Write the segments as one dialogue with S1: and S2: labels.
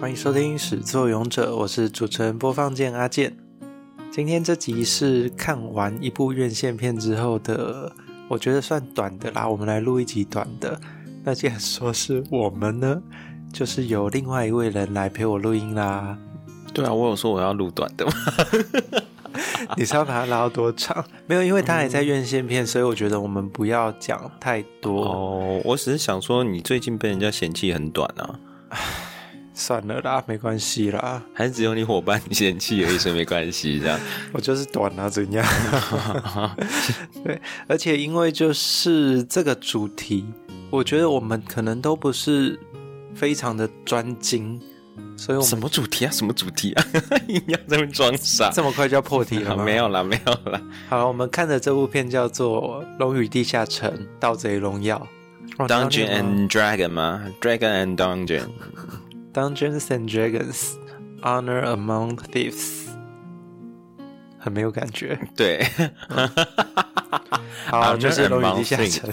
S1: 欢迎收听《始作俑者》，我是主持人播放键阿健。今天这集是看完一部院线片之后的，我觉得算短的啦。我们来录一集短的。那既然说是我们呢，就是有另外一位人来陪我录音啦。
S2: 对啊，我有说我要录短的嘛。
S1: 你是要把它拉到多长？没有，因为它还在院线片，所以我觉得我们不要讲太多。
S2: 哦，我只是想说，你最近被人家嫌弃很短啊，
S1: 算了啦，没关系啦，
S2: 还是只有你伙伴 嫌弃而已，所以没关系这样。
S1: 我就是短啊，怎样？ 对，而且因为就是这个主题，我觉得我们可能都不是非常的专精，所以我
S2: 什
S1: 们
S2: 么主题啊？什么主题啊？ 硬要在那边装傻？啊
S1: 这么快就要破题了吗？
S2: 没。有啦，没有啦。
S1: 好，我们看的这部片叫做《龙与地下城：盗贼荣耀》哇你要
S2: Dungeon
S1: 念吗
S2: and Dragon 吗？Dragon and Dungeon。
S1: Dungeons and Dragons: Honor Among Thieves，很没有感觉。
S2: 对，
S1: 好，
S2: Honor
S1: 就是《龙与
S2: Among
S1: 地下城》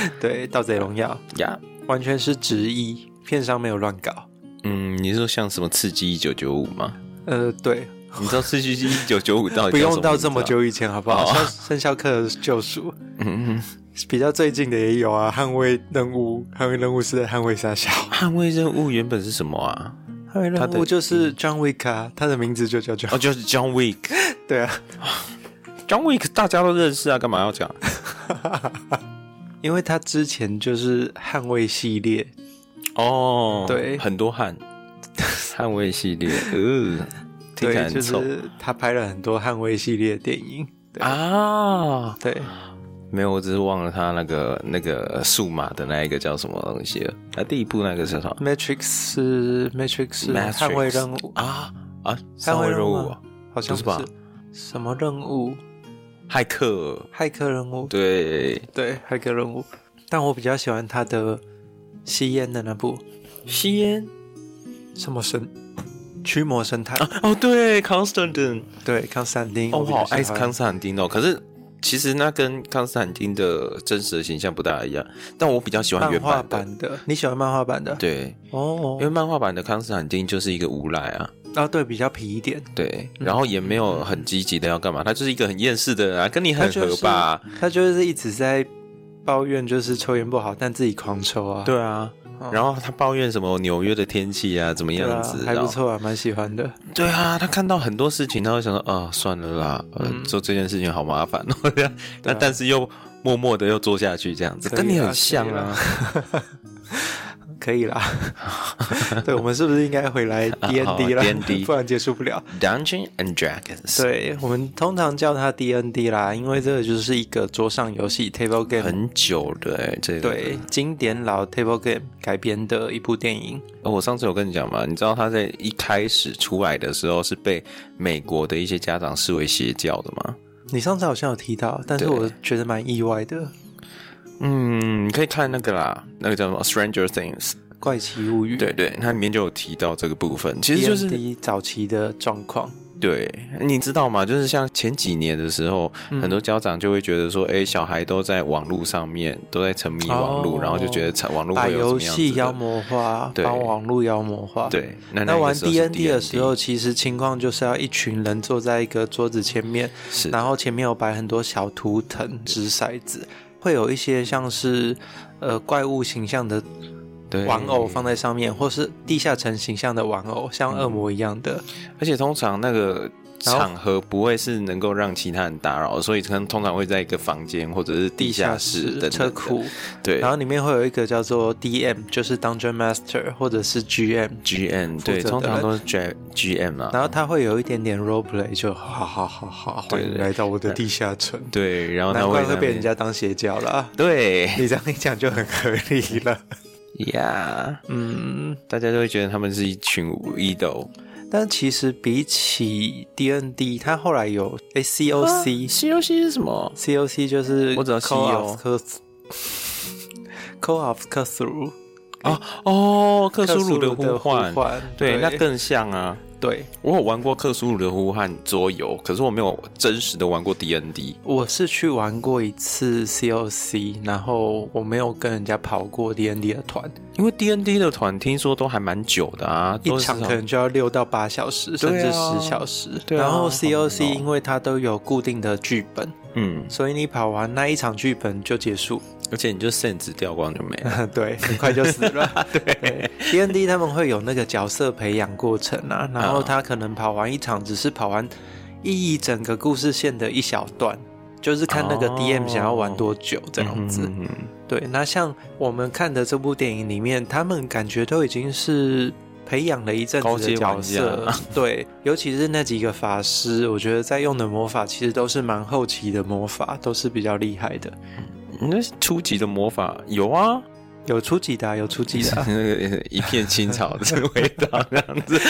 S1: 对，《盗贼荣耀》
S2: 呀，
S1: 完全是直译，片商没有乱搞。
S2: 嗯，你是说像什么刺激一九九五吗？
S1: 呃，对，
S2: 你知道刺激一九九五 到底
S1: 不
S2: 叫什
S1: 用到这么
S2: 你知道吗？
S1: 久以前好不好？
S2: 哦
S1: 像《生肖克的救赎》
S2: 嗯，嗯
S1: 比较最近的也有啊，《捍卫任务》《捍卫任务》是在捍卫啥小？
S2: 嗯捍卫任务原本是什么啊？
S1: 捍卫
S2: 他
S1: 任
S2: 的
S1: 务就是 John Wick 啊，他的名字就叫 John。
S2: 哦，就是 John Wick。
S1: 对啊，
S2: John Wick 大家都认识啊，干嘛要讲？
S1: 因为他之前就是捍卫系列，
S2: 哦，
S1: 对
S2: 很多汗， 捍卫系列，呃，听起来
S1: 对，
S2: 很
S1: 就
S2: 臭、
S1: 是他拍了很多捍卫系列电影。
S2: 啊。
S1: 对，
S2: 没有，我只是忘了他那个那个呃数码的那一个叫什么东西了。啊，第一部那个是什么
S1: Matrix 是 Matrix 是
S2: Matrix
S1: 捍卫任务，
S2: 啊啊？捍
S1: 捍
S2: 卫
S1: 卫
S2: 任
S1: 任务
S2: 务
S1: 啊
S2: 啊，
S1: 好像
S2: 不是吧
S1: 什么任务？
S2: 骇客，
S1: 骇客任务？
S2: 对，
S1: 对，骇客任务。但我比较喜欢他的吸烟的那部
S2: 吸烟
S1: 什么生驱魔神探，
S2: 啊？哦，对，Constantine，
S1: 对，康斯坦丁。
S2: 哦，我
S1: 比
S2: 好
S1: 较
S2: 爱
S1: 喜欢
S2: 康斯坦丁哦。可是其实那跟康斯坦丁的真实的形象不大一样，但我比较喜欢
S1: 漫
S2: 原
S1: 画
S2: 版的。
S1: 版的，你喜欢漫画版的？
S2: 对，
S1: 哦
S2: 因为漫画版的康斯坦丁就是一个无赖啊，
S1: 啊，对，比较皮一点。
S2: 对，然后也没有很积极的要干嘛，他就是一个很厌世的人啊，跟你
S1: 他
S2: 很
S1: 就
S2: 合
S1: 是
S2: 吧？
S1: 他就是一直在抱怨，就是抽烟不好，但自己狂抽啊。
S2: 对啊，
S1: 嗯
S2: 然后他抱怨什么纽约的天气啊，怎么
S1: 对
S2: 样
S1: 啊
S2: 子，，
S1: 还
S2: 然
S1: 不
S2: 后。
S1: 错啊，蛮喜欢的。
S2: 对啊，他看到很多事情，他会想说，啊、算了啦，呃
S1: 嗯
S2: 做这件事情好麻烦哦， 这样那
S1: 对啊
S2: 但是又默默的又做下去，这样子，
S1: 可以
S2: 跟你
S1: 啦
S2: 很像啊。
S1: 可以 啦， 对我们是不是应该回来
S2: 啊
S1: D N D 啦
S2: D&D
S1: 不然结束不了。
S2: Dungeon and Dragons，
S1: 对我们通常叫它 D N D 啦，因为这个就是一个桌上游戏 table game，
S2: 很久的、欸、这个。
S1: 对，经典老 table game 改编的一部电影。
S2: 呃我上次有跟你讲嘛，你知道他在一开始出来的时候是被美国的一些家长视为邪教的吗？
S1: 你上次好像有提到，但是
S2: 对
S1: 我觉得蛮意外的，
S2: 嗯，你可以看那个啦，那个叫什么《Stranger Things》。
S1: 《怪奇物语》
S2: 对对，它里面就有提到这个部分，其
S1: D
S2: 实就
S1: N
S2: 是
S1: D 早期的状况。
S2: 对，你知道吗？就是像前几年的时候，很多家长就会觉得说，哎，小孩都在网络上面，都在沉迷网络，
S1: 哦
S2: 然后就觉得产网络
S1: 把
S2: 会有
S1: 游
S2: 什么
S1: 戏妖
S2: 样子的。
S1: 魔化，
S2: 对
S1: 把网络妖魔化。，
S2: 对，那
S1: 那
S2: 个
S1: 玩
S2: 时候是
S1: D N D 的
S2: DND
S1: 时候，其实情况就是要一群人坐在一个桌子前面，
S2: 是
S1: 然后前面有摆很多小图腾、掷骰子，会有一些像是呃怪物形象的
S2: 对
S1: 玩偶放在上面，或是地下城形象的玩偶，像
S2: 嗯
S1: 恶魔一样的。
S2: 而且通常那个
S1: 然后
S2: 场合不会是能够让其他人打扰，所以可能通常会在一个房间或者是地下室等等的
S1: 车库，
S2: 对，
S1: 然后里面会有一个叫做 DM，就是 Dungeon Master 或者是 GM，
S2: GM
S1: 责的
S2: 对，
S1: 人
S2: 通常都是 G GM 啊。
S1: 然后他会有一点点 role play，就好好好好，欢迎来到我的地下城。
S2: 对，然后他
S1: 难怪
S2: 会
S1: 会被人
S2: 在
S1: 家当邪教啦。
S2: 那边对
S1: 你这样一讲就很合理了。
S2: 呀
S1: 嗯，
S2: 大家都会觉得他们是一群 idol。
S1: 但其实比起 D N D，它后来有诶 C O C、
S2: 啊 C O C 是什么？
S1: C O C 就是
S2: 我只要
S1: Co-op Cthulhu- Co-op Cthulhu
S2: 哦哦，克
S1: 克
S2: 苏
S1: 苏
S2: 鲁
S1: 鲁
S2: 的
S1: 的
S2: 呼唤，
S1: 唤，
S2: 对，那更像啊。
S1: 对
S2: 我有玩过克苏鲁的呼唤桌游，可是我没有真实的玩过 D N D。
S1: 我是去玩过一次 COC，然后我没有跟人家跑过 D N D 的团，
S2: 因为 D N D 的团听说都还蛮久的啊，
S1: 一
S2: 都是
S1: 场可能就要六到八小时，甚
S2: 对啊
S1: 至十小时。
S2: 对啊
S1: 然后
S2: 好难哦
S1: COC 因为它都有固定的剧本，
S2: 嗯，
S1: 所以你跑完那一场剧本就结束，
S2: 而且你就 s e 掉光就没了。
S1: 对，很快就死 了。对，D N D 他们会有那个角色培养过程啊，然后他可能跑完一场，只是跑完一整个故事线的一小段，就是看那个
S2: 哦
S1: D M 想要玩多久这样 子。
S2: 嗯
S1: 对，那像我们看的这部电影里面，他们感觉都已经是培养了一阵
S2: 高
S1: 子
S2: 阶
S1: 的角
S2: 玩家
S1: 色， 对，尤其是那几个法师，我觉得在用的魔法其实都是蛮后期的魔法，都是比较厉害的。
S2: 你嗯那初级的魔法有啊，
S1: 有初级的啊、有初级的啊、
S2: 那个一片青草的味道这 样子。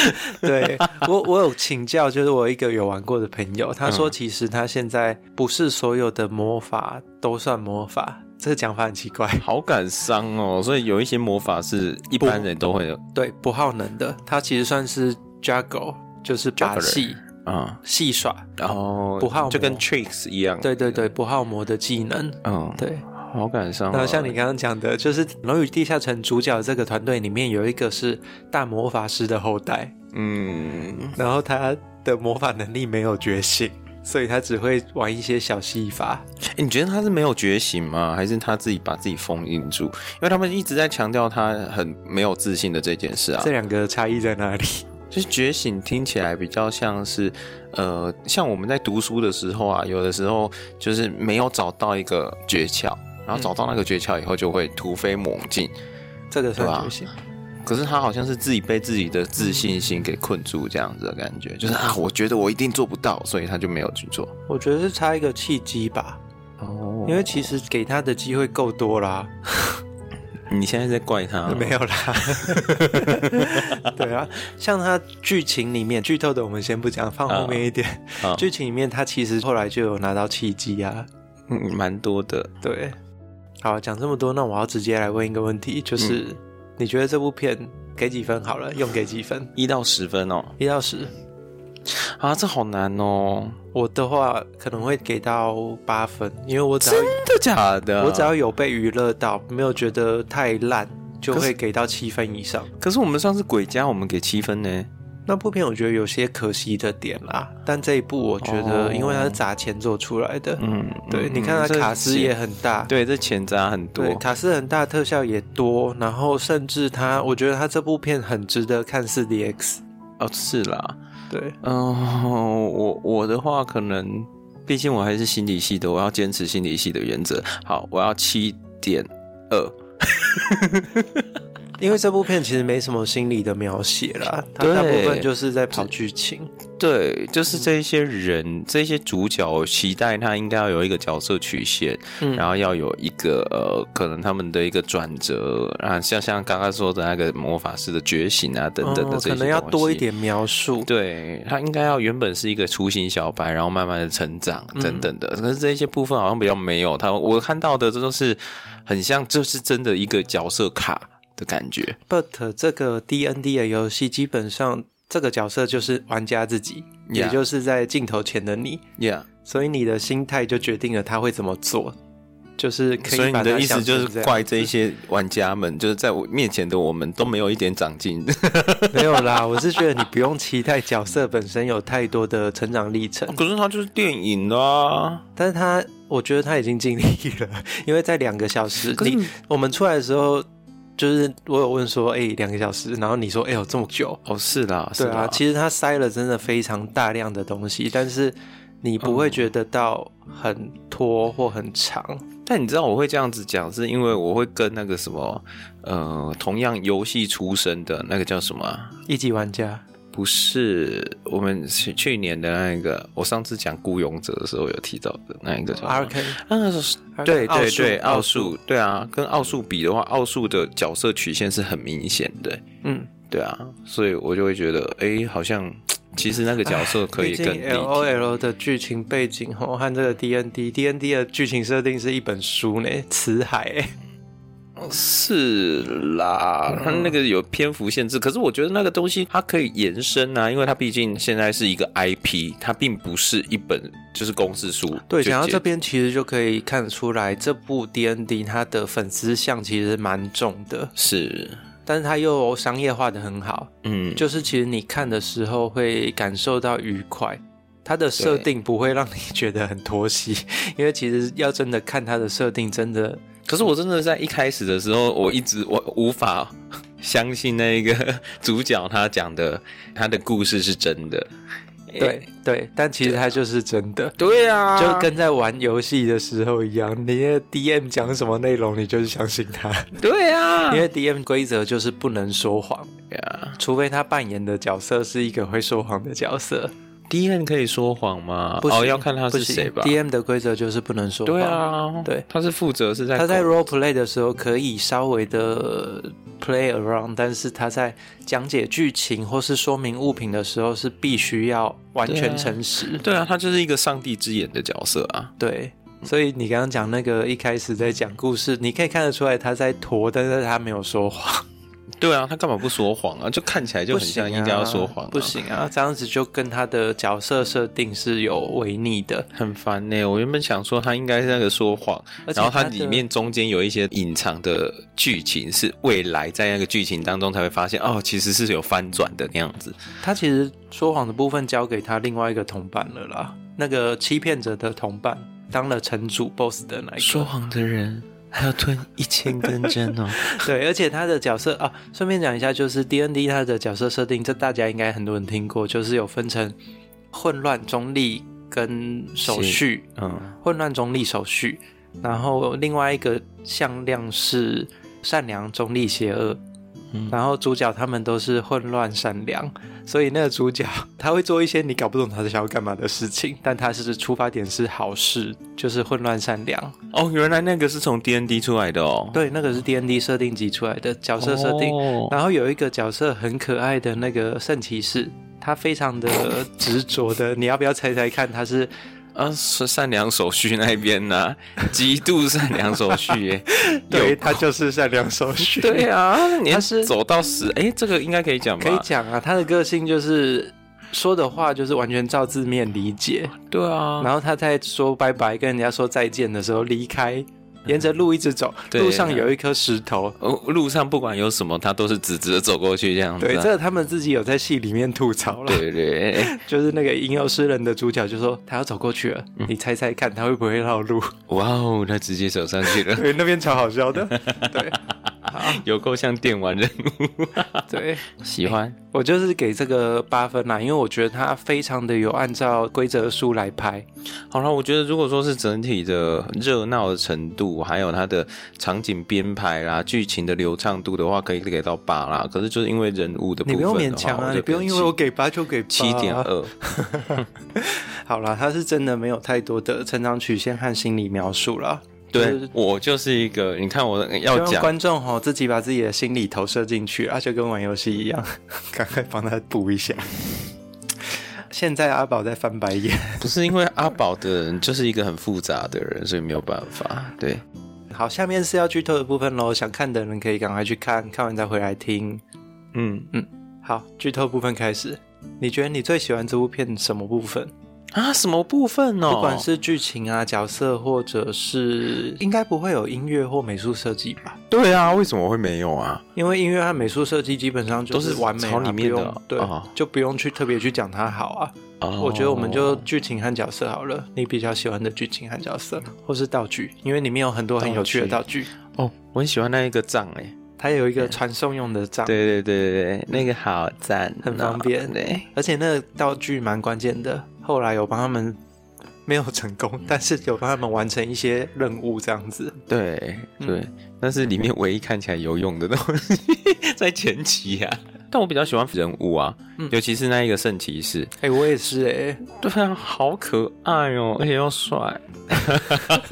S1: 对我，我有请教，就是我一个有玩过的朋友，他
S2: 嗯
S1: 说其实他现在不是所有的魔法都算魔法，这个讲法很奇怪，
S2: 好感伤哦，所以有一些魔法是一般人都会有
S1: 对，不耗能的，他其实算是 juggle，就是把
S2: Juggler
S1: 戏
S2: 啊，
S1: 戏耍，
S2: 然后
S1: 哦不耗
S2: 就跟
S1: 魔
S2: tricks 一样，
S1: 对对对，不耗魔的技能，
S2: 嗯，
S1: 对。
S2: 好感嗯伤、哦。
S1: 那像你刚刚讲的，就是《龙与地下城》主角这个团队里面有一个是大魔法师的后代，
S2: 嗯，
S1: 然后他的魔法能力没有觉醒，所以他只会玩一些小戏法。
S2: 诶你觉得他是没有觉醒吗？还是他自己把自己封印住？因为他们一直在强调他很没有自信的这件事啊
S1: 这。两个差异在哪里？
S2: 就是觉醒听起来比较像是，呃，像我们在读书的时候啊，有的时候就是没有找到一个诀窍，然后找到那个诀窍以后就会突飞猛进。
S1: 这个
S2: 啊
S1: 算觉醒？
S2: 可是他好像是自己被自己的自信心给困住这样子的感觉，就是啊，我觉得我一定做不到，所以他就没有去做。
S1: 我觉得是差一个契机吧，
S2: 哦
S1: 因为其实给他的机会够多啦，
S2: 你现在在怪他，哦
S1: 没有啦。 对啊，像他剧情里面剧透的，我们先不讲，放后面一点。
S2: 啊
S1: 剧情里面他其实后来就有拿到契机啊，
S2: 嗯蛮多的。
S1: 对。好，讲这么多，那我要直接来问一个问题，就是、
S2: 嗯
S1: 你觉得这部片给几分好了？用给几分？
S2: 一到十分哦，
S1: 一到十，
S2: 啊，这好难哦，
S1: 我的话可能会给到八分，因为我只要
S2: 真的假的？啊
S1: 我只要有被娱乐到，没有觉得太烂，就会给到七分以上。
S2: 可是我们上次鬼家我们给七分呢，
S1: 那部片我觉得有些可惜的点啦，但这一部我觉
S2: 哦
S1: 得，因为它是砸钱做出来的，
S2: 嗯，
S1: 对，
S2: 嗯
S1: 你看它
S2: 这
S1: 卡斯也很大，
S2: 对，这钱砸很多
S1: 对，，卡斯很大，特效也多，然后甚至它，我觉得它这部片很值得看四 DX，
S2: 哦，是啦，
S1: 对，
S2: 嗯、我我的话可能，毕竟我还是心理系的，我要坚持心理系的原则。好，我要七点二，
S1: 因为这部片其实没什么心理的描写啦，它
S2: 对
S1: 大部分就是在跑剧情，
S2: 对，就是这一些人，这些主角，我期待他应该要有一个角色曲线，
S1: 嗯
S2: 然后要有一个呃，可能他们的一个转折啊，像像刚刚说的那个魔法师的觉醒啊，等等的
S1: 哦
S2: 这些、
S1: 可能要多一。点描述，
S2: 对他应该要原本是一个初心小白，然后慢慢的成长
S1: 嗯
S2: 等等的，可是这一些部分好像比较没有他，我看到的这都是很像，就是真的一个角色卡的感觉。
S1: But 这个 D N D 的游戏，基本上这个角色就是玩家自己
S2: Yeah
S1: 也就是在镜头前的你，
S2: Yeah，
S1: 所以你的心态就决定了他会怎么做，就是可
S2: 所以
S1: 把它
S2: 你的意
S1: 想
S2: 思就
S1: 成这
S2: 是
S1: 样
S2: 怪这一些玩家们，就是在我面前的我们都没有一点长进。
S1: 没有啦，我是觉得你不用期待角色本身有太多的成长历程，
S2: 可是他就是电影啦，
S1: 但是他我觉得他已经尽力了，因为在两个小时，
S2: 可是
S1: 你我们出来的时候。就是我有问说，哎、两个小时，然后你说，哎、呦这么久，
S2: 哦是啦，是
S1: 对
S2: 啦
S1: 啊，，其实他塞了真的非常大量的东西，但是你不会觉得到很拖或很长。
S2: 但你知道我会这样子讲，是因为我会跟那个什么，呃，同样游戏出身的那个叫什么啊、
S1: 一级玩家
S2: 不是我们去去年的那一个，我上次讲孤勇者的时候有提到的那一个叫什
S1: R
S2: 么
S1: K，
S2: 那个是对
S1: 奥
S2: 对
S1: 数
S2: 对，
S1: 奥
S2: 奥数对啊，跟奥数比的话，奥数的角色曲线是很明显的，
S1: 嗯，
S2: 对啊，所以我就会觉得，哎、好像其实那个角色可以
S1: 毕
S2: 更立
S1: 竟哎 L O
S2: 体。
S1: L 的剧情背景吼和这个 D N D D N D 的剧情设定是一本书呢，《辞海》欸
S2: 是啦，它那个有篇幅限制，可是我觉得那个东西它可以延伸啊，因为它毕竟现在是一个 IP，它并不是一本就是公式书。
S1: 对，
S2: 就
S1: 讲到
S2: 结
S1: 这边，其实就可以看得出来，这部 D N D 它的粉丝像其实蛮重的，
S2: 是，
S1: 但是它又商业化的很好，
S2: 嗯，
S1: 就是其实你看的时候会感受到愉快。它的设定不会让你觉得很拖戏， 因为其实要真的看它的设定，真的
S2: 可是我真的在一开始的时候，我一直我无法相信那个 主角他讲的他的故事是真的。
S1: 对对，但其实它就是真的，
S2: 对啊，
S1: 就跟在玩游戏的时候一样，你的 DM 讲什么内容，你就是相信他，
S2: 对啊，
S1: 因为 DM 规则就是不能说谎，
S2: 对啊
S1: 除非他扮演的角色是一个会说谎的角色。
S2: D N 可以说谎吗？
S1: 不行
S2: 哦，要看他
S1: 不
S2: 是
S1: 行
S2: 谁吧。
S1: ？DM 的规则就是不能说谎。
S2: 对，啊，
S1: 对
S2: 他是负责是在
S1: 他在
S2: 口
S1: role play 的时候可以稍微的 play around，但是他在讲解剧情或是说明物品的时候是必须要完
S2: 对啊
S1: 全诚实。
S2: 对啊，他就是一个上帝之眼的角色啊。
S1: 对，所以你刚刚讲那个一开始在讲故事，你可以看得出来他在拖，但是他没有说谎，
S2: 对啊，他干嘛不说谎啊？就看起来就
S1: 不
S2: 很
S1: 行
S2: 像
S1: 啊
S2: 应该要说谎、
S1: 不，行啊，这样子就跟他的角色设定是有违逆的，
S2: 很烦呢、我原本想说他应该是那个说谎，啊
S1: 而且
S2: 然后它
S1: 的
S2: 里面中间有一些隐藏的剧情，是未来在那个剧情当中才会发现哦，其实是有翻转的那样子。
S1: 他其实说谎的部分交给他另外一个同伴了啦，那个欺骗者的同伴。当了城主 BOSS 的那一个，
S2: 谎的人还要吞一千根针哦。
S1: 对，而且他的角色啊，顺便讲一下，就是 D N D 他的角色设定，这大家应该很多人听过，就是有分成混乱、中立跟手
S2: 是
S1: 续，
S2: 嗯，
S1: 混乱中立手续，然后另外一个向量是善良中立邪恶。
S2: 嗯
S1: 然后主角他们都是混乱善良，所以那个主角他会做一些你搞不懂他想要干嘛的事情，但他是出发点是好事，就是混乱善良。
S2: 哦，原来那个是从 D N D 出来的哦。，
S1: 对，那个是 D N D 设定集出来的角色设定。
S2: 哦
S1: 然后有一个角色很可爱的那个圣骑士，他非常的 执着的，你要不要猜猜看他是。
S2: 啊，是善良手续那边呢、极度善良手续耶
S1: 对，他就是善良手续。
S2: 有， 对啊，你
S1: 他
S2: 要
S1: 是
S2: 是走到死，哎，这个应该可以讲吧？
S1: 可以讲啊，他的个性就是说的话就是完全照字面理解，
S2: 对啊，
S1: 然后他在说拜拜跟人家说再见的时候离开，沿着路一直走，
S2: 嗯对
S1: 路上有一颗石头。
S2: 哦，路上不管有什么，他都是直直的走过去这样子、啊。
S1: 对，这个他们自己有在戏里面吐槽了，
S2: 对对对，
S1: 就是那个吟游诗人的主角就说他要走过去了，
S2: 嗯
S1: 你猜猜看他会不会绕路？
S2: 哇哦，他直接走上 去了，
S1: 对，那边超好 笑的。对哎
S2: 有够像电玩人哎物，
S1: 对，
S2: 喜欢。
S1: 我就是给这个八分啊啦，因为我觉得他非常的有按照规则书来拍，
S2: 好了，我觉得如果说是整体的热闹的程度，还有它的场景编排啦、剧情的流畅度的话，可以给到八啦。可是就是因为人物的部
S1: 你
S2: 分
S1: 不
S2: 的
S1: 用
S2: 话，
S1: 勉强啊，
S2: 我
S1: 你
S2: 就
S1: 不用因为我给八就给八啊
S2: 七点二，
S1: 好啦，他是真的没有太多的成长曲线和心理描述啦。就
S2: 对
S1: 是
S2: 我就是一个，你看我要
S1: 希望
S2: 讲
S1: 观众吼自己把自己的心理投射进去啊，就跟玩游戏一 样，赶快帮他补一下。现在阿宝在翻白眼，
S2: 不是因为阿宝的人就是一个很复杂的人，所以没有办法。对，
S1: 好，下面是要剧透的部分喽，想看的人可以赶快去看，看完再回来听。
S2: 嗯，
S1: 好，剧透部分开始。你觉得你最喜欢这部片什么部分？
S2: 啊，什么部分哦？
S1: 不管是剧情啊、角色，或者是应该不会有音乐或美术设计吧？
S2: 对啊，为什么会没有啊？
S1: 因为音乐和美术设计基本上就
S2: 都是
S1: 完美啊
S2: 朝里面的
S1: 不用对，
S2: 哦
S1: 就不用去特别去讲它好啊。
S2: 哦
S1: 我觉得我们就剧情和角色好了，你比较喜欢的剧情和角色，或是道具，因为里面有很多很有趣的道具。
S2: 哦，我很喜欢那一个杖哎、
S1: 它有一个传送用的杖，
S2: 对对对对对，那个好赞哦，
S1: 很方便
S2: 对，
S1: 而且那个道具蛮关键的。后来有帮他们没有成功，但是有帮他们完成一些任务，这样子。
S2: 对对，但是里面唯一看起来有用的东西 在前期啊。但我比较喜欢人物啊，
S1: 嗯
S2: 尤其是那一个圣骑士，
S1: 哎、我也是哎、
S2: 对啊，好可爱哦，而且又帅。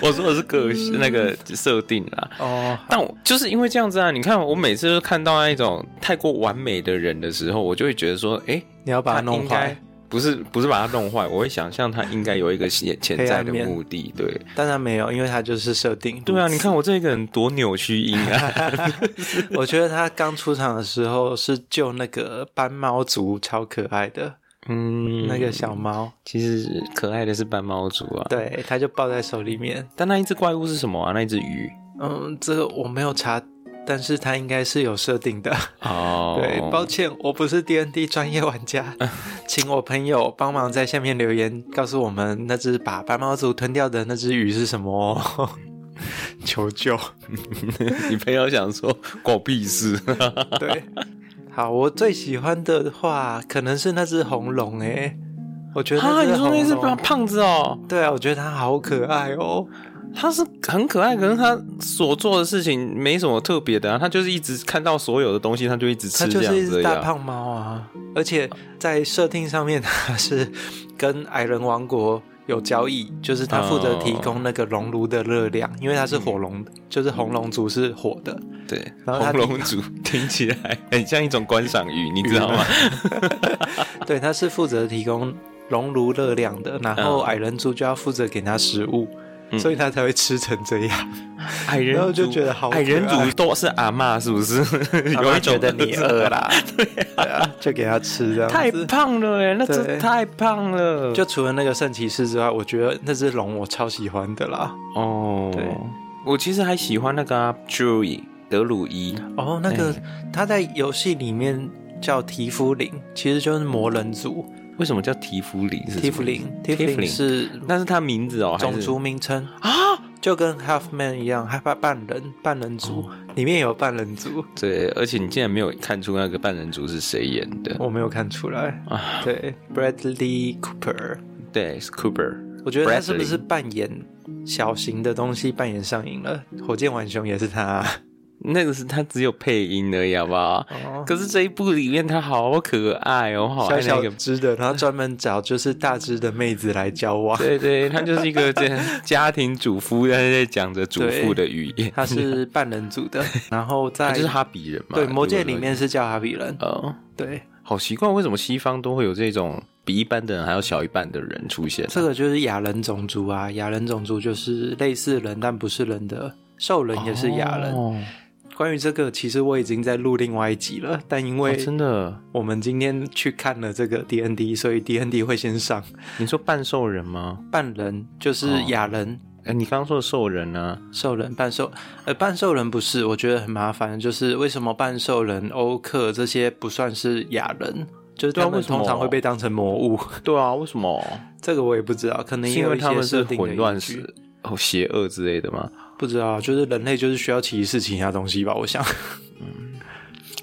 S2: 我说的是个性那个设定啦，
S1: 哦，
S2: 但我就是因为这样子啊，你看我每次都看到那一种太过完美的人的时候，我就会觉得说，哎、
S1: 你要把它
S2: 他
S1: 弄
S2: 应
S1: 坏
S2: 该。不是不是把它弄坏，我会想象它应该有一个潜潜在的
S1: 黑暗面
S2: 目的，对
S1: 当然没有，因为它就是设定。
S2: 对啊，你 看我这个人多扭曲阴 啊，
S1: 我觉得他刚出场的时候是救那个斑猫族，超可爱的、
S2: 嗯，
S1: 那个小猫，
S2: 其实可爱的是斑猫族啊，
S1: 对，他就抱在手里面。
S2: 但那一只怪物是什么啊？那一只鱼
S1: 嗯，这个我没有查，但是他应该是有设定的。
S2: 哦
S1: 对，抱歉，我不是 D N D 专业玩家，请我朋友帮忙在下面留言，告诉我们那只把斑猫族吞掉的那只鱼是什么 哦、求救。
S2: 你朋友想说狗屁事，
S1: 对，好，我最喜欢的话可能是那只红龙诶、我觉得
S2: 啊，
S1: 那
S2: 你
S1: 只
S2: 说
S1: 红
S2: 那只
S1: 龙，
S2: 胖子哦，
S1: 对啊，我觉得它好可爱哦。
S2: 他是很可爱，可是他所做的事情没什么特别的啊，他就是一直看到所有的东西，他就一直
S1: 它
S2: 吃
S1: 就
S2: 这样
S1: 是一
S2: 子而
S1: 只
S2: 已
S1: 大
S2: 啊。
S1: 胖猫啊，而且在设定上面，它是跟矮人王国有交易，就是它负责提供那个熔炉的热量，因为它是火龙，就是红龙族是火的。
S2: 对，
S1: 然后他
S2: 红龙 族听起来很像一种观赏鱼，你知道吗？
S1: 对，它是负责提供熔炉热量的，然后
S2: 嗯
S1: 矮人族就要负责给它食物，所以它才会吃成这样。
S2: 矮人
S1: 然后
S2: 族
S1: 就觉得好可爱
S2: 矮人族都是阿嬷，是不是？
S1: 妈
S2: 有
S1: 妈
S2: 一种
S1: 觉得你饿啦， 对啊，就给它吃这样子。
S2: 太 胖了哎，那
S1: 对
S2: 只太胖了。
S1: 就除了那个圣骑士之外，我觉得那只龙我超喜欢的啦。
S2: 哦，
S1: 对，
S2: 我其实还喜欢那个啊 Joey 德鲁伊，
S1: 哦，
S2: 哎
S1: 那个他在游戏里面叫提夫林，其实就是魔人族。
S2: 为什么叫提夫林？是什么
S1: 提夫林，提夫林
S2: Tiefling
S1: 是
S2: 那是他名字哦，还
S1: 种
S2: 是
S1: 族名称啊，就跟 Halfman 一样，害怕半人半人族，
S2: 哦
S1: 里面有半人 族，
S2: 对，而且你竟然没有看出那个半人族是谁演的？
S1: 我没有看出来。
S2: 啊
S1: 对，Bradley Cooper，
S2: 对，是 Cooper。
S1: 我觉得他
S2: Bradley
S1: 是不是扮演小型的东西扮演上瘾了？火箭浣熊也是他、啊
S2: 那个是他只有配音而已，好不好？
S1: 哦
S2: 可是这一部里面他好可爱哦，好
S1: 小
S2: 爱那
S1: 小
S2: 个。
S1: 只的，然后专门找就是大只的妹子来交往。
S2: 对对，他就是一个这家庭主妇，但是在讲着主妇的语言。
S1: 他是半人组 的，然后在
S2: 他就是哈比人嘛？
S1: 对
S2: 不
S1: 魔界里面是叫哈比人，
S2: 呃，
S1: 对，
S2: 好奇怪，为什么西方都会有这种比一般的人还要小一半的人出现？啊
S1: 这个就是亚人种族啊，亚人种族就是类似人但不是人的兽人也是亚人。
S2: 哦
S1: 关于这个，其实我已经在录另外一集了，但因
S2: 哦
S1: 为
S2: 真的？
S1: 我们今天去看了这个 D N D，所以 D N D 会先上
S2: 你说半兽人吗？
S1: 半人，就是亚人。
S2: 哎，你刚刚说的兽人啊 呢？
S1: 兽人、半兽，呃，半兽人不是，我觉得很麻烦。就是为什么半兽人、欧克这些不算是亚人？就是
S2: 对啊
S1: 他们
S2: 为什么
S1: 通常会被当成魔物。
S2: 对啊，为什么？
S1: 这个我也不知道，可能
S2: 是
S1: 也
S2: 因
S1: 有
S2: 为
S1: 一
S2: 他
S1: 些
S2: 们
S1: 设
S2: 是
S1: 定的
S2: 混乱
S1: 依据
S2: 是哦邪恶之类的吗？
S1: 不知道，就是人类就是需要歧视其他东西吧，我 想。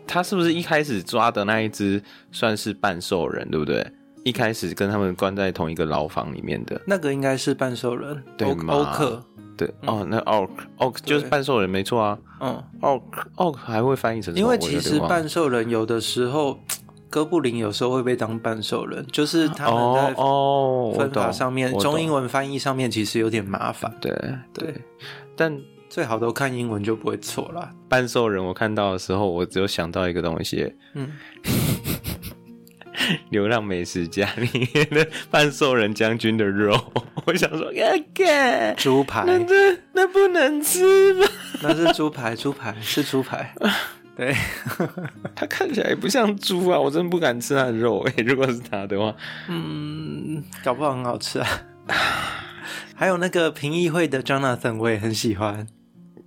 S2: 他是不是一开始抓的那一只算是半兽人，对不对？一开始跟他们关在同一个牢房里面的，
S1: 那个应该是半兽人，
S2: 对
S1: 欧
S2: 嘛
S1: 欧克，
S2: 对，哦，那 orc orc 就是半兽人，没错啊
S1: 嗯，
S2: ，orc orc 还会翻译成什么
S1: 因为
S2: 我有
S1: 其
S2: 点
S1: 实
S2: 忘了
S1: 半兽人有的时
S2: 哦
S1: 候，哥布林有时候会被当半兽人，就是他
S2: 哦
S1: 们在
S2: 哦，我
S1: 分法
S2: 懂
S1: 上面，
S2: 我懂
S1: 中英文翻译上面其实有点麻烦，
S2: 对
S1: 对
S2: 对，但
S1: 最好都看英文就不会错啦。
S2: 半兽人我看到的时候，我只有想到一个东西，
S1: 嗯，
S2: 《流浪美食家》里面的半兽人将军的肉， 我想说，啊干，
S1: 猪排
S2: 那这那不能吃吧？
S1: 那是猪排，猪 排是猪排，对，
S2: 它看起来也不像猪啊，我 真不敢吃它的肉 哎、如果是它的话，
S1: 嗯，搞不好很好吃啊。 还有那个评议会的 Jonathan 我也很喜欢，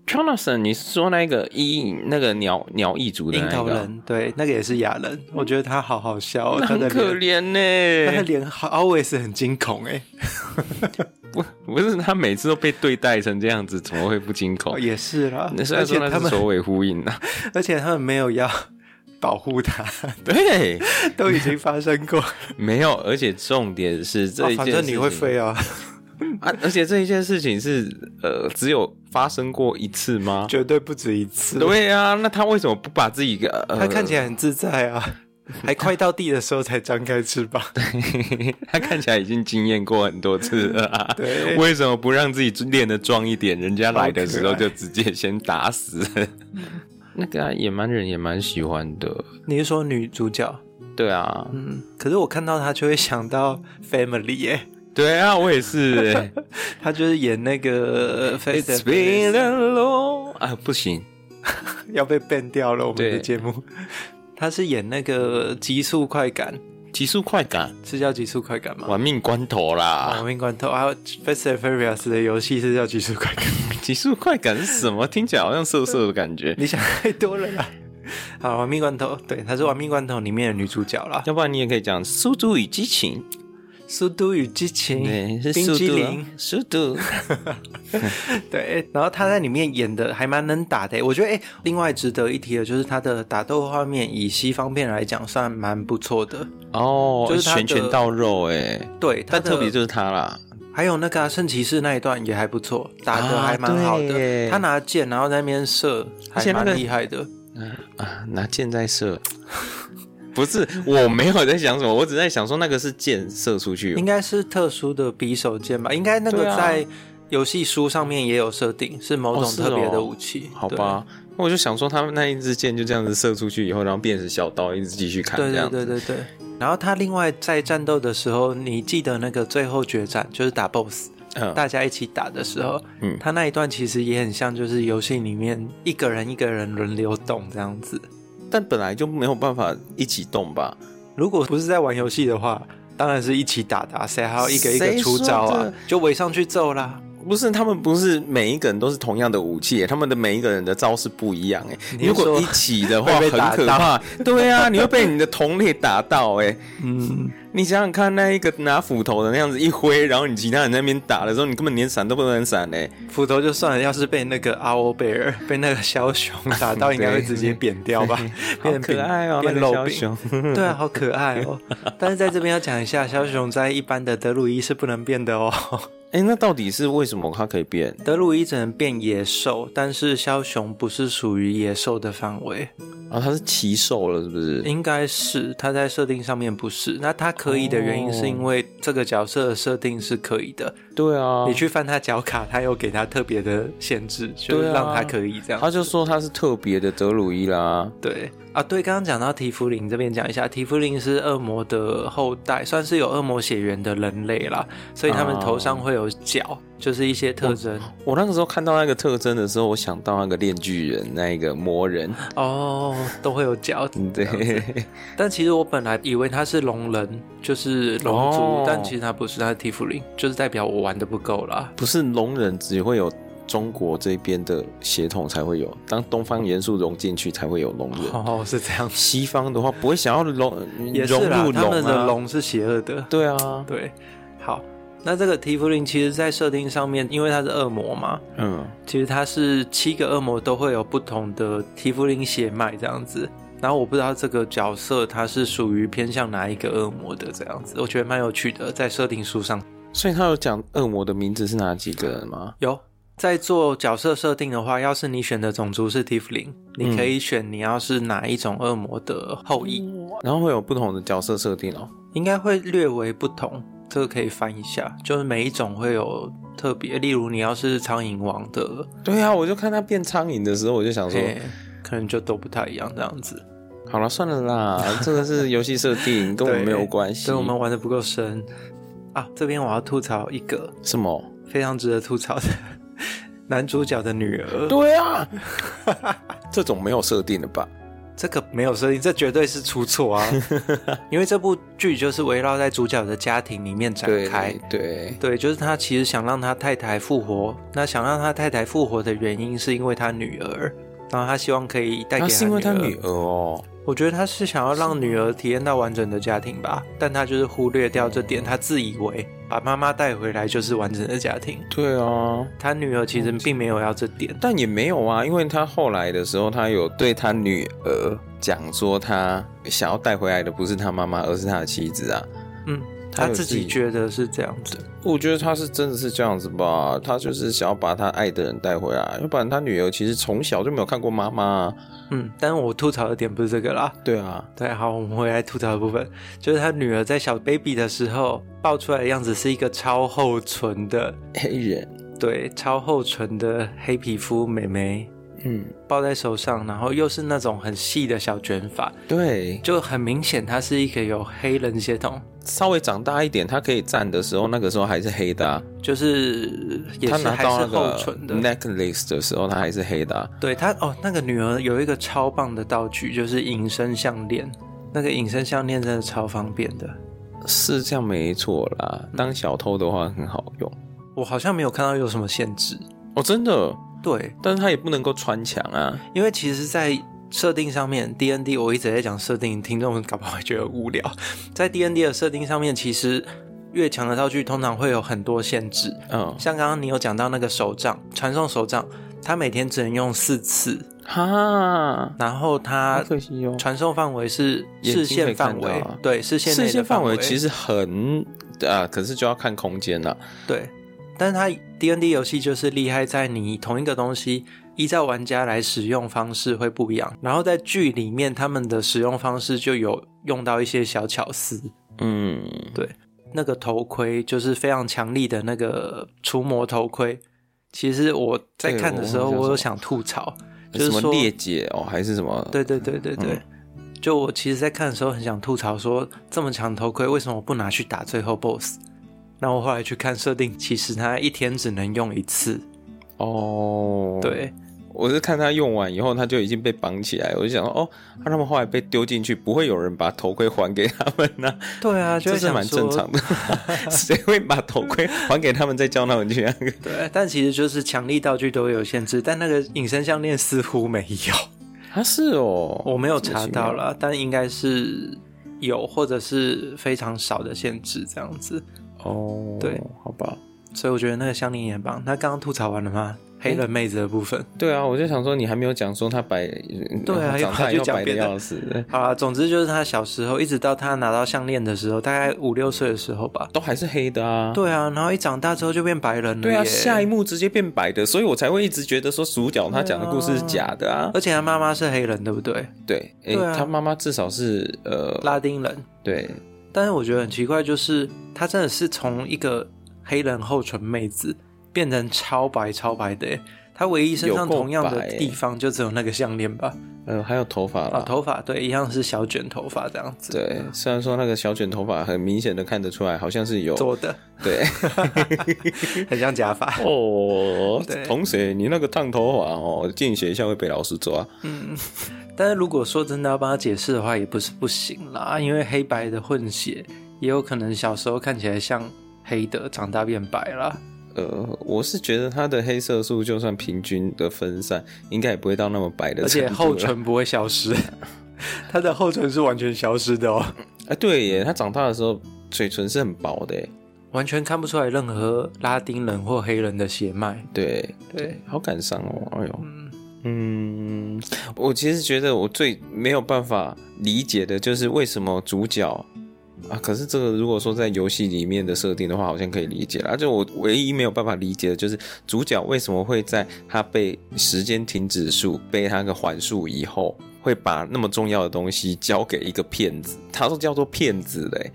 S2: Jonathan，你是说那个一那个鸟鸟翼族的
S1: 樱
S2: 那
S1: 桃
S2: 个啊？
S1: 人，对，那个也是亚人，我觉得他好好笑、哦，
S2: 那
S1: 他
S2: 很
S1: 的
S2: 可
S1: 脸，
S2: 怜呢、
S1: 他的脸好 always 很惊恐哎、
S2: 不不是他每次都被对待成这样子，怎么会不惊恐
S1: 哦，？也是啦，
S2: 那虽
S1: 而
S2: 然
S1: 且
S2: 说
S1: 他
S2: 那是
S1: 们，
S2: 首尾呼应啊，
S1: 而且他们没有要保护他，
S2: 对，
S1: 都已经发生过。
S2: 没有，而且重点是 这
S1: 哦
S2: 一件、
S1: 反正你会飞 啊，
S2: 啊，而且这一件事情是呃，只有发生过一次吗？
S1: 绝对不止一次。
S2: 对啊，那他为什么不把自己给呃，
S1: 他看起来很自在 啊，还快到地的时候才张开翅膀。
S2: 来他看起来已经经验过很多次了、啊，
S1: 对
S2: 为什么不让自己练得壮一点？人家来的时候
S1: 好可爱
S2: 就直接先打 死。那个、啊、野蛮人也蛮喜欢的，
S1: 你是说女主角？
S2: 对啊，
S1: 嗯，可是我看到他就会想到 Family 耶、
S2: 对啊，我也是、欸。
S1: 他就是演那个呃 Face
S2: It's
S1: and Face
S2: been a long 啊，不行，
S1: 要被 ban 掉了我们的
S2: 对
S1: 节目。 他是演那个《极速快感》，
S2: 极速快感，
S1: 是叫《极速快感》吗？
S2: 玩命关头
S1: 亡
S2: 啦！
S1: 命关头，还有《Fast and Furious》的游戏是叫《极速快感》。
S2: 极速快感是什么？听起来好像色色的感觉。
S1: 你想太多了啦。好，亡命关头，对，她是亡命关头里面的女主角啦。
S2: 要不然你也可以讲《速度与激情》，
S1: 速度与激情，
S2: 对，是
S1: 冰
S2: 速
S1: 激
S2: 度啊
S1: 凌，，
S2: 速度。
S1: 对。然后她在里面演的还蛮能打的，我觉得。哎、另外值得一提的就是她的打斗画面，以西方片来讲算蛮不错的。
S2: 哦，
S1: 就是他的
S2: 拳拳到肉哎，
S1: 对，她
S2: 但
S1: 的
S2: 特别就是他啦，
S1: 还有那个、啊、圣骑士那一段也还不错，打的还蛮好
S2: 啊对
S1: 的。
S2: 耶
S1: 他拿剑然后在那边射，
S2: 而
S1: 还
S2: 且那个
S1: 蛮厉害的。
S2: 啊，拿箭在射。不是，我没有在想什么，我只在想说那个是箭射出去哦
S1: 应，该是特殊的匕首剑吧？应该那个
S2: 对啊
S1: 在游戏书上面也有设定，是某
S2: 哦
S1: 种
S2: 是
S1: 特别的
S2: 哦
S1: 武器。
S2: 好吧？那我就想说，他们那一支箭就这样子射出去以后，然后变成小刀，一直继续砍
S1: 对，
S2: 这
S1: 对
S2: 样
S1: 对
S2: 子。
S1: 对对对。然后他另外在战斗的时候，你记得那个最后决战就是打 BOSS，、
S2: 嗯，
S1: 大家一起打的时候，
S2: 嗯
S1: 他那一段其实也很像，就是游戏里面一个人一个人轮流动这样子。
S2: 但本来就没有办法一起动吧？
S1: 如果不是在玩游戏的话，当然是一起打打，谁还要一个一个
S2: 谁
S1: 出招
S2: 说
S1: 啊
S2: 的？
S1: 就围上去揍啦。
S2: 不是，他们不是每一个人都是同样的武器耶，他们的每一个人的招式不一样哎。
S1: 你是
S2: 如果
S1: 说
S2: 一起的话，
S1: 会
S2: 很
S1: 被打
S2: 可
S1: 到
S2: 怕。对啊，你会被你的同类打到哎。
S1: 嗯，
S2: 你想想看，那一个拿斧头的那样子一挥，然后你其他人在那边打的时候，你根本连闪都不能闪哎嘞、
S1: 斧头就算了，要是被那个阿欧贝尔、 被那个枭雄打到，应该会直接扁掉 吧？
S2: 好
S1: 变
S2: 可
S1: 饼
S2: 爱哦、
S1: 变
S2: 那个
S1: 肉
S2: 枭
S1: 饼。
S2: 雄。
S1: 对啊，好可爱哦。但是在这边要讲一下，枭雄在一般的德鲁伊是不能变的哦。
S2: 哎、那到底是为什么它可以变？
S1: 德鲁伊只能变野兽，但是枭雄不是属于野兽的范围，
S2: 啊，它是奇兽了，是不是？
S1: 应该是他在设定上面不是。那他可以的原因
S2: 哦
S1: 是因为这个角色的设定是可以的，
S2: 对啊
S1: 你，去翻他角卡，他有给他特别的限制，就是
S2: 对啊
S1: 让他可以这样。
S2: 他就说它是特别的德鲁伊啦。
S1: 对啊，对，刚刚讲到提夫林这边讲一下，提夫林是恶魔的后代，算是有恶魔血缘的人类啦，所以他们
S2: 哦
S1: 头上会有角，就是一些特征
S2: 我那个时候看到那个特征的时候，我想到那个炼巨人，那个 魔人，
S1: 哦，都会有角。
S2: 对，
S1: 但其实我本来以为他是龙人，就是龙族，
S2: 哦
S1: 但其实他不是，他是提夫林，就是代表我玩的不够啦。
S2: 不是龙人只会有中国这边的血统才会有，当东方元素融进去才会有龙人。
S1: 哦，是这样，
S2: 西方的话不会想要融
S1: 也是
S2: 融
S1: 啦
S2: 入，
S1: 他
S2: 龙
S1: 们的
S2: 啊，
S1: 龙是邪恶的，
S2: 对啊，
S1: 对，好。那这个提夫林其实，在设定上面，因为他是恶魔嘛，
S2: 嗯，
S1: 其实它是七个恶魔都会有不同的提夫林血脉这样子。然后我不知道这个角色它是属于偏向哪一个恶魔的这样子，我觉得蛮有趣的，在设定书上
S2: 所以他有讲恶魔的名字是哪几个人吗？
S1: 有。在做角色设定的话，要是你选的种族是提夫林，你可以选你要是哪一种恶魔的后裔，
S2: 然后会有不同的角色设定哦。
S1: 应该会略微不同。这个可以翻一下，就是每一种会有特别，例如你要是苍蝇王的，
S2: 对啊，我就看他变苍蝇的时候，我就想说，
S1: 诶可能就都不太一样这样子。
S2: 好了，算了 啦，这个是游戏设定，跟我们没有关系。
S1: 所以我们玩的不够深啊。这边我要吐槽一个
S2: 什么？
S1: 非常值得吐槽的男主角的女儿，
S2: 对啊， 这种没有设定的吧？
S1: 这个没有设定，这绝对是出错 啊！因为这部剧就是围绕在主角的家庭里面展
S2: 对
S1: 开。
S2: 对，
S1: 对，就是他其实想让他太太复活，那想让他太太复活的原因是因为他女儿，然后他希望可以带给
S2: 那啊是因为他
S1: 女
S2: 女儿哦。
S1: 我觉得他是想要让女儿体验到完整的家庭吧，但他就是忽略掉这点，他自以为把妈妈带回来就是完整的家庭。
S2: 对啊，
S1: 他女儿其实并没有要这点，
S2: 但也没有啊，因为他后来的时候，他有对他女儿讲说，他想要带回来的不是他妈妈，而是他的妻子啊。
S1: 嗯，
S2: 他
S1: 他
S2: 有
S1: 自己
S2: 自己
S1: 觉得是这样子。
S2: 我觉得他是真的是这样子吧，他就是想要把他爱的人带回来，要不然他女儿其实从小就没有看过妈妈啊。
S1: 嗯，但是我吐槽的点不是这个啦。
S2: 对啊，
S1: 对，好，我们回来吐槽的部分，就是他女儿在小 baby 的时候抱出来的样子是一个超厚唇的，
S2: 黑人，
S1: 对，超厚唇的黑皮肤妹妹，
S2: 嗯，
S1: 抱在手上，然后又是那种很细的小卷发，
S2: 对，
S1: 就很明显他是一个有黑人血统，
S2: 稍微长大一点，他可以站的时候，那个时候还是黑的、啊。
S1: 就是也
S2: 他
S1: 是
S2: 拿
S1: 还
S2: 到
S1: 是
S2: 那
S1: 厚
S2: 个
S1: 唇的。
S2: necklace 的时候，他还是黑的啊、
S1: 对他哦，那个女儿有一个超棒的道具，就是隐身项链。那个隐身项链真的超方便的，
S2: 是这样没错啦。当小偷的话很好用
S1: 我好像没有看到有什么限制。
S2: 哦，真的。
S1: 对，
S2: 但是他也不能够穿墙啊。
S1: 因为其实，在设定上面，D N D 我一直在讲设定，听众搞不好会觉得无聊。 在 D N D 的设定上面，其实越强的道具通常会有很多限制，
S2: 嗯，
S1: 像刚刚你有讲到那个手杖，传送手杖，它每天只能用四次，
S2: 哈，
S1: 然后
S2: 好
S1: 它
S2: 可惜哦。
S1: 传送范围是
S2: 眼
S1: 视
S2: 睛
S1: 线
S2: 可以看
S1: 范
S2: 到
S1: 围，
S2: 啊
S1: 对视线内
S2: 视
S1: 的
S2: 线范围
S1: 围
S2: 其实很啊，可是就要看空间了。
S1: 对，但是它 D N D 游戏就是厉害在你同一个东西，依照玩家来使用方式会不一样，然后在剧里面他们的使用方式就有用到一些小巧思，
S2: 嗯，
S1: 那个头盔就是非常强力的那个除魔头盔。其实我在
S2: 对
S1: 看的
S2: 我
S1: 时候，
S2: 忘了叫
S1: 我有
S2: 什嗯
S1: 想吐槽，就是
S2: 什么
S1: 说
S2: 裂解哦，还是什么？
S1: 对对对
S2: 嗯
S1: 对对，就我其实，在看的时候很想吐槽说，这么强的头盔为什么不拿去打最后 BOSS？那我后来去看设定，其实它一天只能用一次。
S2: 哦，，
S1: 对，
S2: 我是看他用完以后，他就已经被绑起来，我就想说，哦，那他们后来被丢进去，不会有人把头盔还给他们呢、
S1: 对啊，就
S2: 嗯这
S1: 会
S2: 是
S1: 想
S2: 蛮
S1: 说
S2: 正 常的，谁会把头盔还给他们再叫他们去啊那个？
S1: 对，但其实就是强力道具都有限制，但那个隐身项链似乎没有，
S2: 啊，是哦，
S1: 我没有
S2: 这么
S1: 查
S2: 奇
S1: 到
S2: 妙，
S1: 啦，但应该是有或者是非常少的限制这样子。
S2: 哦，
S1: 对，
S2: 好吧，
S1: 所以我觉得那个项链也很棒。那刚刚吐槽完了吗？黑人妹子的部分。
S2: 对啊，我就想说你还没有讲说他呃白，
S1: 对啊
S2: 长大以
S1: 又
S2: 后
S1: 讲
S2: 白的
S1: 别的
S2: 要死，
S1: 好啦，总之就是他小时候，一直到他拿到项链的时候，大概五六岁的时候吧。
S2: 都还是黑的啊。
S1: 对啊，然后一长大之后就变白人了。
S2: 对啊，下一。幕直接变白的，所以我才会一直觉得说主角他讲的故事是
S1: 对啊
S2: 假的啊。
S1: 而且他妈妈是黑人，对不对？
S2: 对，诶，
S1: 对啊
S2: 他妈妈至少是呃，
S1: 拉丁人。
S2: 对，
S1: 但是我觉得很奇怪，就是他真的是从一个黑人厚唇妹子变成超白超白的耶。欸他唯一身上
S2: 有够
S1: 同样的
S2: 白耶
S1: 地方就只有那个项链吧？
S2: 呃，还有头发
S1: 啊，
S2: 啦。
S1: 头发对，一样是小卷头发这样子。
S2: 对，虽然说那个小卷头发很明显的看得出来，好像是有
S1: 做的
S2: 对
S1: 很像假 发。
S2: 哦
S1: 对
S2: 同学，你那个烫头发哦，进学校会被老师抓。
S1: 嗯，但是如果说真的要帮他解释的话，也不是不行啦，因为黑白的混血也有可能小时候看起来像黑的，长大变白啦。
S2: 呃，我是觉得他的黑色素就算平均的分散，应该也不会到那么白的
S1: 而
S2: 程度
S1: 且
S2: 啦。
S1: 厚唇不会消 失，他的厚唇是完全消失的哦，
S2: 啊，对耶，他长大的时候嘴唇是很薄的耶，
S1: 完全看不出来任何拉丁人或黑人的血脉。
S2: 对，
S1: 对，
S2: 好感伤哦，哎呦，
S1: 嗯，
S2: 嗯，我其实觉得我最没有办法理解的就是为什么主角啊，可是这个如果说在游戏里面的设定的话，好像可以理解了。而且我唯一没有办法理解的就是主角为什么会在他被时间停止术被他个环术以后，会把那么重要的东西交给一个骗子，他都叫做骗子 嘞。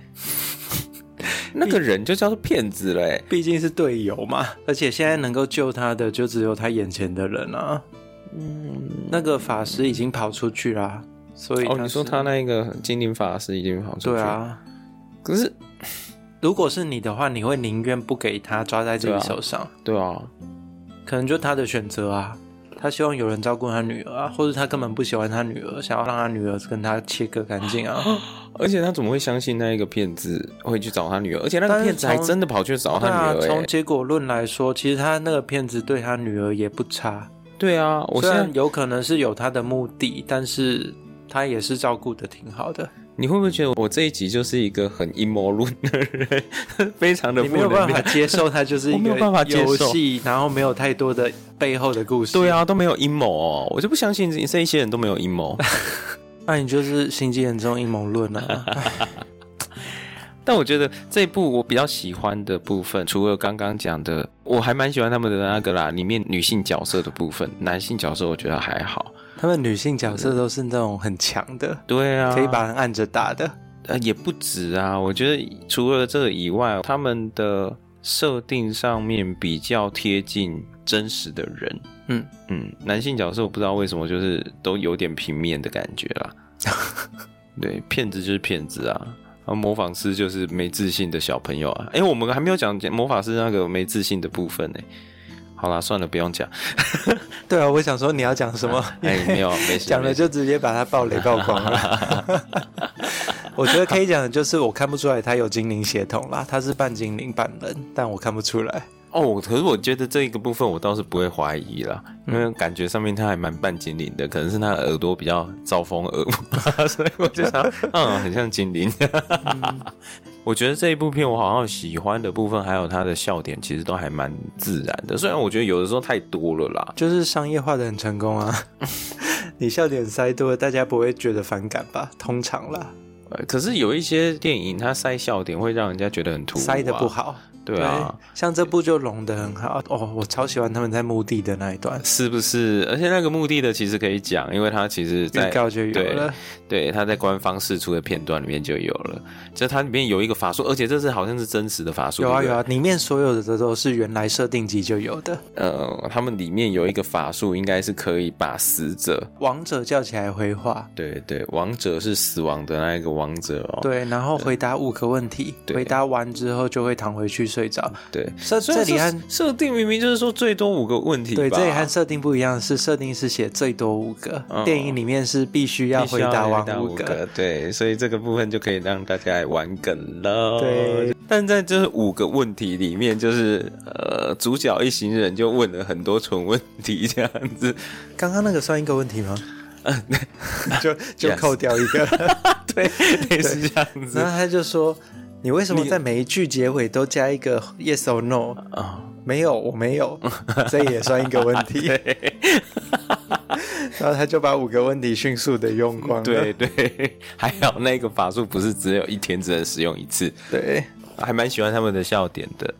S2: 那个人就叫做骗子嘞，
S1: 毕竟是队友嘛，而且现在能够救他的就只有他眼前的人啊。嗯，那个法师已经跑出去啦，所以
S2: 哦，你说
S1: 是
S2: 他那个精灵法师已经跑出去，
S1: 对，啊，
S2: 可是
S1: 如果是你的话，你会宁愿不给他抓在自己
S2: 对啊
S1: 手上，
S2: 对啊，
S1: 可能就他的选择啊。他希望有人照顾他女儿啊，或者他根本不喜欢他女儿，想要让他女儿跟他切割干净啊。
S2: 而且他怎么会相信那一个骗子会去找他女儿？而且那
S1: 但
S2: 个
S1: 是
S2: 骗子还
S1: 从
S2: 真的跑去找他
S1: 对啊
S2: 女儿、欸
S1: 从结果论来说，其实他那个骗子对他女儿也不差，
S2: 对啊，我
S1: 虽
S2: 现
S1: 然
S2: 在
S1: 有可能是有他的目的，但是他也是照顾的挺好的。
S2: 你会不会觉得我这一集就是一个很阴谋论的人，非常的
S1: 你
S2: 负
S1: 没有
S2: 能
S1: 办法
S2: 量？
S1: 接受他 就是
S2: 我
S1: 一
S2: 没有
S1: 个
S2: 办法接
S1: 游
S2: 受
S1: 戏，然后没有太多的背后的故事。
S2: 对啊，都没有阴谋哦，我就不相信这这一些人都没有 阴谋。
S1: 那你就是心机很重阴谋论啊。
S2: 但我觉得这一部我比较喜欢的部分，除了刚刚讲的，我还蛮喜欢他们的那个啦，里面女性角色的部分，男性角色我觉得还好。
S1: 他们女性角色都是那种很强 的，
S2: 对啊，
S1: 可以把人按着打的。
S2: 呃，也不止啊。我觉得除了这个以外，他们的设定上面比较贴近真实的人。
S1: 嗯
S2: 嗯，男性角色我不知道为什么就是都有点平面的感觉 啦。对，骗子就是骗子啊，啊，模仿师就是没自信的小朋友啊。哎、我们还没有讲魔法师那个没自信的部分呢、好啦，算了，不用讲。
S1: 对啊，我想说你要讲什么？
S2: 哎、没有，没事。
S1: 讲了
S2: 没事
S1: 就直接把它暴雷曝光 了。我觉得可以讲的就是我看不出来他有精灵血统啦，他是半精灵半人，但我看不出来。
S2: 哦，可是我觉得这一个部分我倒是不会怀疑啦，
S1: 嗯
S2: 因为感觉上面他还蛮半精灵的，可能是他的耳朵比较招风耳目， 所以我就想，嗯，很像精灵。 我觉得这一部片我好像喜欢的部分，还有他的笑点，其实都还蛮自然的。虽然我觉得有的时候太多了啦，
S1: 就是商业化的很成功啊。 你笑点塞多了，大家不会觉得反感吧？通常啦，
S2: 呃可是有一些电影它塞笑点会让人家觉得很突兀、啊，
S1: 塞的不，好。
S2: 对啊。
S1: 像这部就拢的很好哦，我超喜欢他们在墓地的那一段，
S2: 是不是？而且那个目的的其实可以讲，因为它其实在
S1: 预告就有
S2: 对
S1: 了。
S2: 对，他在官方释出的片段里面就有了，就它里面有一个法术，而且这是好像是真实的法术。
S1: 有啊
S2: 对不
S1: 有
S2: 对
S1: 啊，里面所有的都是原来设定集就有的。
S2: 呃，他们里面有一个法术，应该是可以把死者，
S1: 王者叫起来回话，
S2: 对对，王者是死亡的那一个王者哦。
S1: 对，然后回答五个问题，
S2: 对
S1: 回答完之后就会躺回去睡着。
S2: 对，
S1: 设
S2: 虽然
S1: 这里
S2: 说
S1: 和
S2: 设定明明就是说最多五个问题吧，
S1: 对这里和设定不一样，是设定是写最多五个，
S2: 嗯
S1: 电影里面是必须要
S2: 必
S1: 回
S2: 须要
S1: 答完
S2: 五
S1: 五个。
S2: 个，对，所以这个部分就可以让大家来玩梗了。
S1: 对，
S2: 但在这五个问题里面，就是呃，主角一行人就问了很多蠢问题，这样子，
S1: 刚刚那个算一个问题吗？ 就就
S2: 呃 Yes
S1: 扣掉一个，
S2: 对， 类似这样子
S1: 然后他就说：“你为什么
S2: 你
S1: 在每一句结尾都加一个 yes or no？”
S2: 啊。
S1: 没有，我没 有，这也算一个问题。 然后他就把五个问题迅速的用光了。
S2: 对对， 还好那个法术不是只有一天只能使用一次，
S1: 对，
S2: 还蛮喜欢他们的笑点的。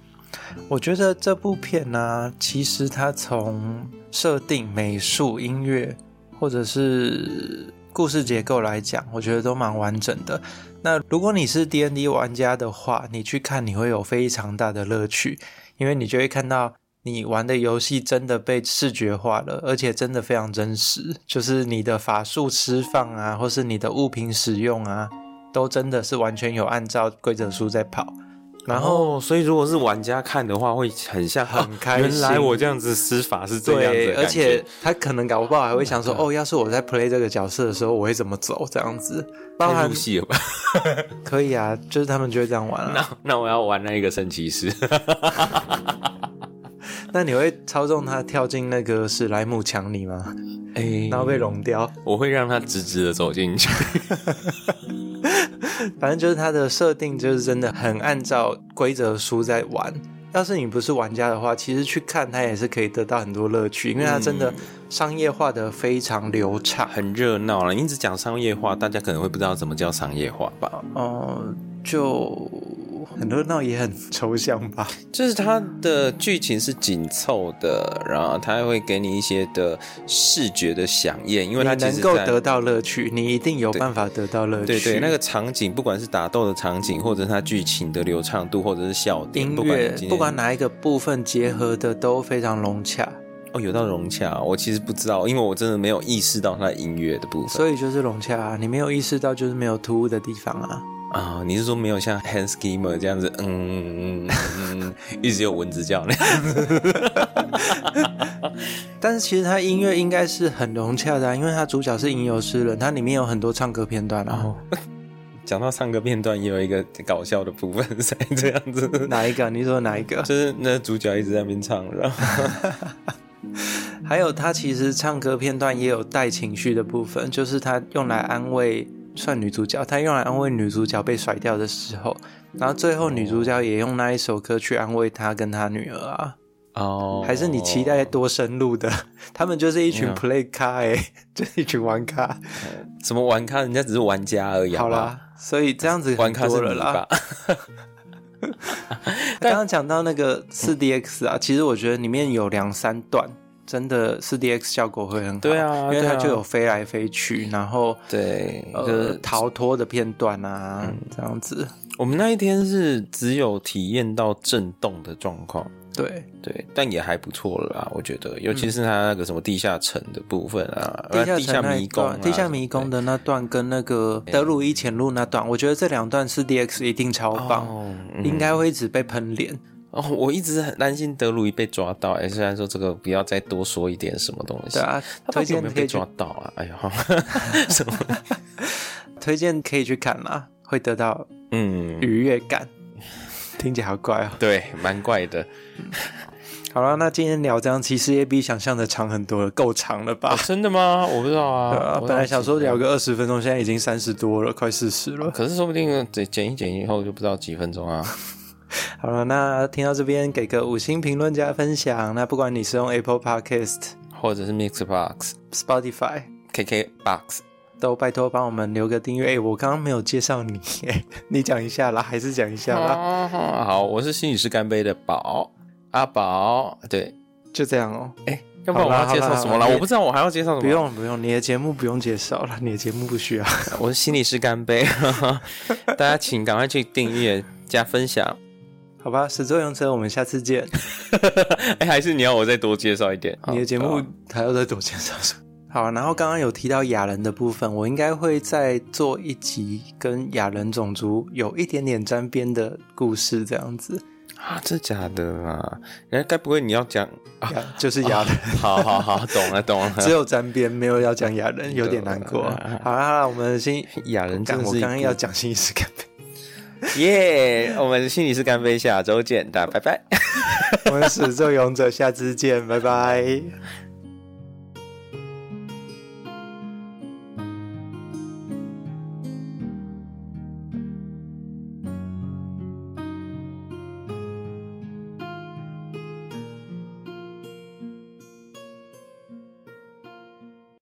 S1: 我觉得这部片呢、其实它从设定、美术、音乐，或者是故事结构来讲，我觉得都蛮完整的。那如果你是 D N D 玩家的话，你去看你会有非常大的乐趣，因为你就会看到你玩的游戏真的被视觉化了，而且真的非常真实，就是你的法术释放啊，或是你的物品使用啊，都真的是完全有按照规则书在跑。然后
S2: 哦，所以如果是玩家看的话，会很像
S1: 很开
S2: 啊
S1: 心
S2: 原来我这样子施法是这样子的
S1: 而
S2: 感觉，嗯
S1: 且他可能搞不好还会想说，哦，要是我在 play 这个角色的时候，我会怎么走这样子，包
S2: 太
S1: 含
S2: 入戏了吧？
S1: 可以啊，就是他们就会这样玩啊。
S2: 那那我要玩那一个圣骑士。
S1: 那你会操纵他跳进那个史莱姆墙里吗？
S2: 哎、
S1: 然后被融掉？
S2: 我会让他直直的走进去。
S1: 反正就是他的设定就是真的很按照规则书在玩。要是你不是玩家的话，其实去看它也是可以得到很多乐趣，因为它真
S2: 嗯
S1: 的商业化的非常流畅。
S2: 很热闹了。你一直讲商业化，大家可能会不知道怎么叫商业化吧？
S1: 哦、就很热闹也很抽象吧。
S2: 就是它的剧情是紧凑的，然后它会给你一些的视觉的响应，因为它
S1: 你
S2: 其实
S1: 能够
S2: 在
S1: 得到乐趣，你一定有办法得到乐趣。
S2: 对对，那
S1: 个
S2: 个场景，不管是打斗的场景，或者是它剧情的流畅度，或者是笑点，
S1: 音
S2: 不管你
S1: 乐
S2: 今天
S1: 不管哪一个部分结合的都非常融洽，
S2: 哦有到融洽，我其实不知道，因为我真的没有意识到它的音乐的部分
S1: 所以就是融洽、啊。你没有意识到，就是没有突兀的地方啊。
S2: 啊、你是说没有像 Hand Skimmer 这样子，嗯嗯嗯， 嗯一直有蚊子叫 那样？
S1: 但是其实它音乐应该是很融洽的、啊，因为它主角是吟游诗人，它里面有很多唱歌片段
S2: 哦
S1: 啊。
S2: 讲到唱歌片段，也有一个搞笑的部分是这样 子，
S1: 哪一个？你说哪一个？
S2: 就是那主角一直在那边唱，然后
S1: 还有他其实唱歌片段也有带情绪的部分，就是他用来安慰算女主角，他用来安慰女主角被甩掉的时候，然后最后女主角也用那一首歌去安慰他跟他女儿啊。
S2: 哦
S1: 还是你期待多深入的？ 他们就是一群
S2: 没有
S1: play 咖哎、 就是一群玩咖。
S2: 什么玩咖？人家只是玩家而已，
S1: 好
S2: 好吧，
S1: 啦，所以这样子很
S2: 玩咖是
S1: 多了
S2: 你
S1: 啦
S2: 吧。？
S1: 刚刚讲到那个四 DX 啊，其实我觉得里面有两三段。真的四 DX 效果会很好，
S2: 对啊
S1: 因为它
S2: 对啊
S1: 就有飞来飞去，然后
S2: 对，就
S1: 呃
S2: 是
S1: 嗯逃脱的片段啊，这样子。
S2: 我们那一天是只有体验到震动的状况，
S1: 对，
S2: 对，但也还不错了啦，我觉得，尤其是它那个什么地下城的部分啊，
S1: 嗯地
S2: 呃
S1: 下
S2: 地下
S1: 城那一
S2: 迷宫啊
S1: 段、，地下迷
S2: 什
S1: 宫
S2: 么
S1: 的那段跟那个德鲁伊潜路那段，我觉得这两段是 DX 一定超
S2: 的
S1: 棒，嗯
S2: 哦，
S1: 应该会一直被喷脸。
S2: 哦，我一直很担心德鲁伊被抓到，哎，虽然说这个不要再多说一点什么东西，
S1: 对啊，
S2: 他到
S1: 推
S2: 底有
S1: 荐
S2: 没有
S1: 可
S2: 被
S1: 以去
S2: 抓，到啊？哎呀，什么？
S1: 推荐可以去看啦，会得到
S2: 嗯，
S1: 愉悦感。 听起来好怪哦。
S2: 对，蛮怪的，
S1: 好了，那今天聊这样，其实也比想象的长很多了，够长了吧？
S2: 哦真的吗？我不知道啊，
S1: 呃，啊
S2: 我
S1: 本来想说
S2: 几分
S1: 聊个二十分钟，现在已经三十多了，快四十了。
S2: 可是说不定剪剪一剪以后就不知道几分钟啊。
S1: 好了，那听到这边给个五星评论加分享。那不管你是用 Apple Podcast、
S2: 或者是 Mixbox、
S1: Spotify，
S2: KKBox，
S1: 都拜托帮我们留个订阅。哎、我刚刚没有介绍你，哎你讲一下啦，还是讲一下啦？
S2: 哦好，我是心理师干杯的宝阿宝，对，
S1: 就这样哦、
S2: 哎，要不然我要介绍什
S1: 好啦
S2: 么
S1: 好啦
S2: 了？我不知道我还要介绍什么。
S1: 不，用不用，你的节目不用介绍了，你的节目不需要。
S2: 我是心理师干杯， 大家请赶快去订阅加 分享。
S1: 好吧，始作俑者，我们下次见。
S2: 哎，还是你要我再多介绍一点？好
S1: 你的节目还要再多介绍什么？好啊，然后刚刚有提到亚人的部分，我应该会再做一集跟亚人种族有一点点沾边的故事，这样子，
S2: 啊，这假的啊？人家该不会你要讲？
S1: 亚就是亚人，
S2: 好好好，懂了懂了。
S1: 只有沾边，没有要讲亚人，有点难过。好啦，好啦，我们先，
S2: 雅人啊
S1: 干
S2: 真的
S1: 我
S2: 是一
S1: 刚刚
S2: 部
S1: 要讲新意识干杯，
S2: 耶我们心理师干杯，下周见，大家拜拜。
S1: 我们始作俑者，下次见，拜拜。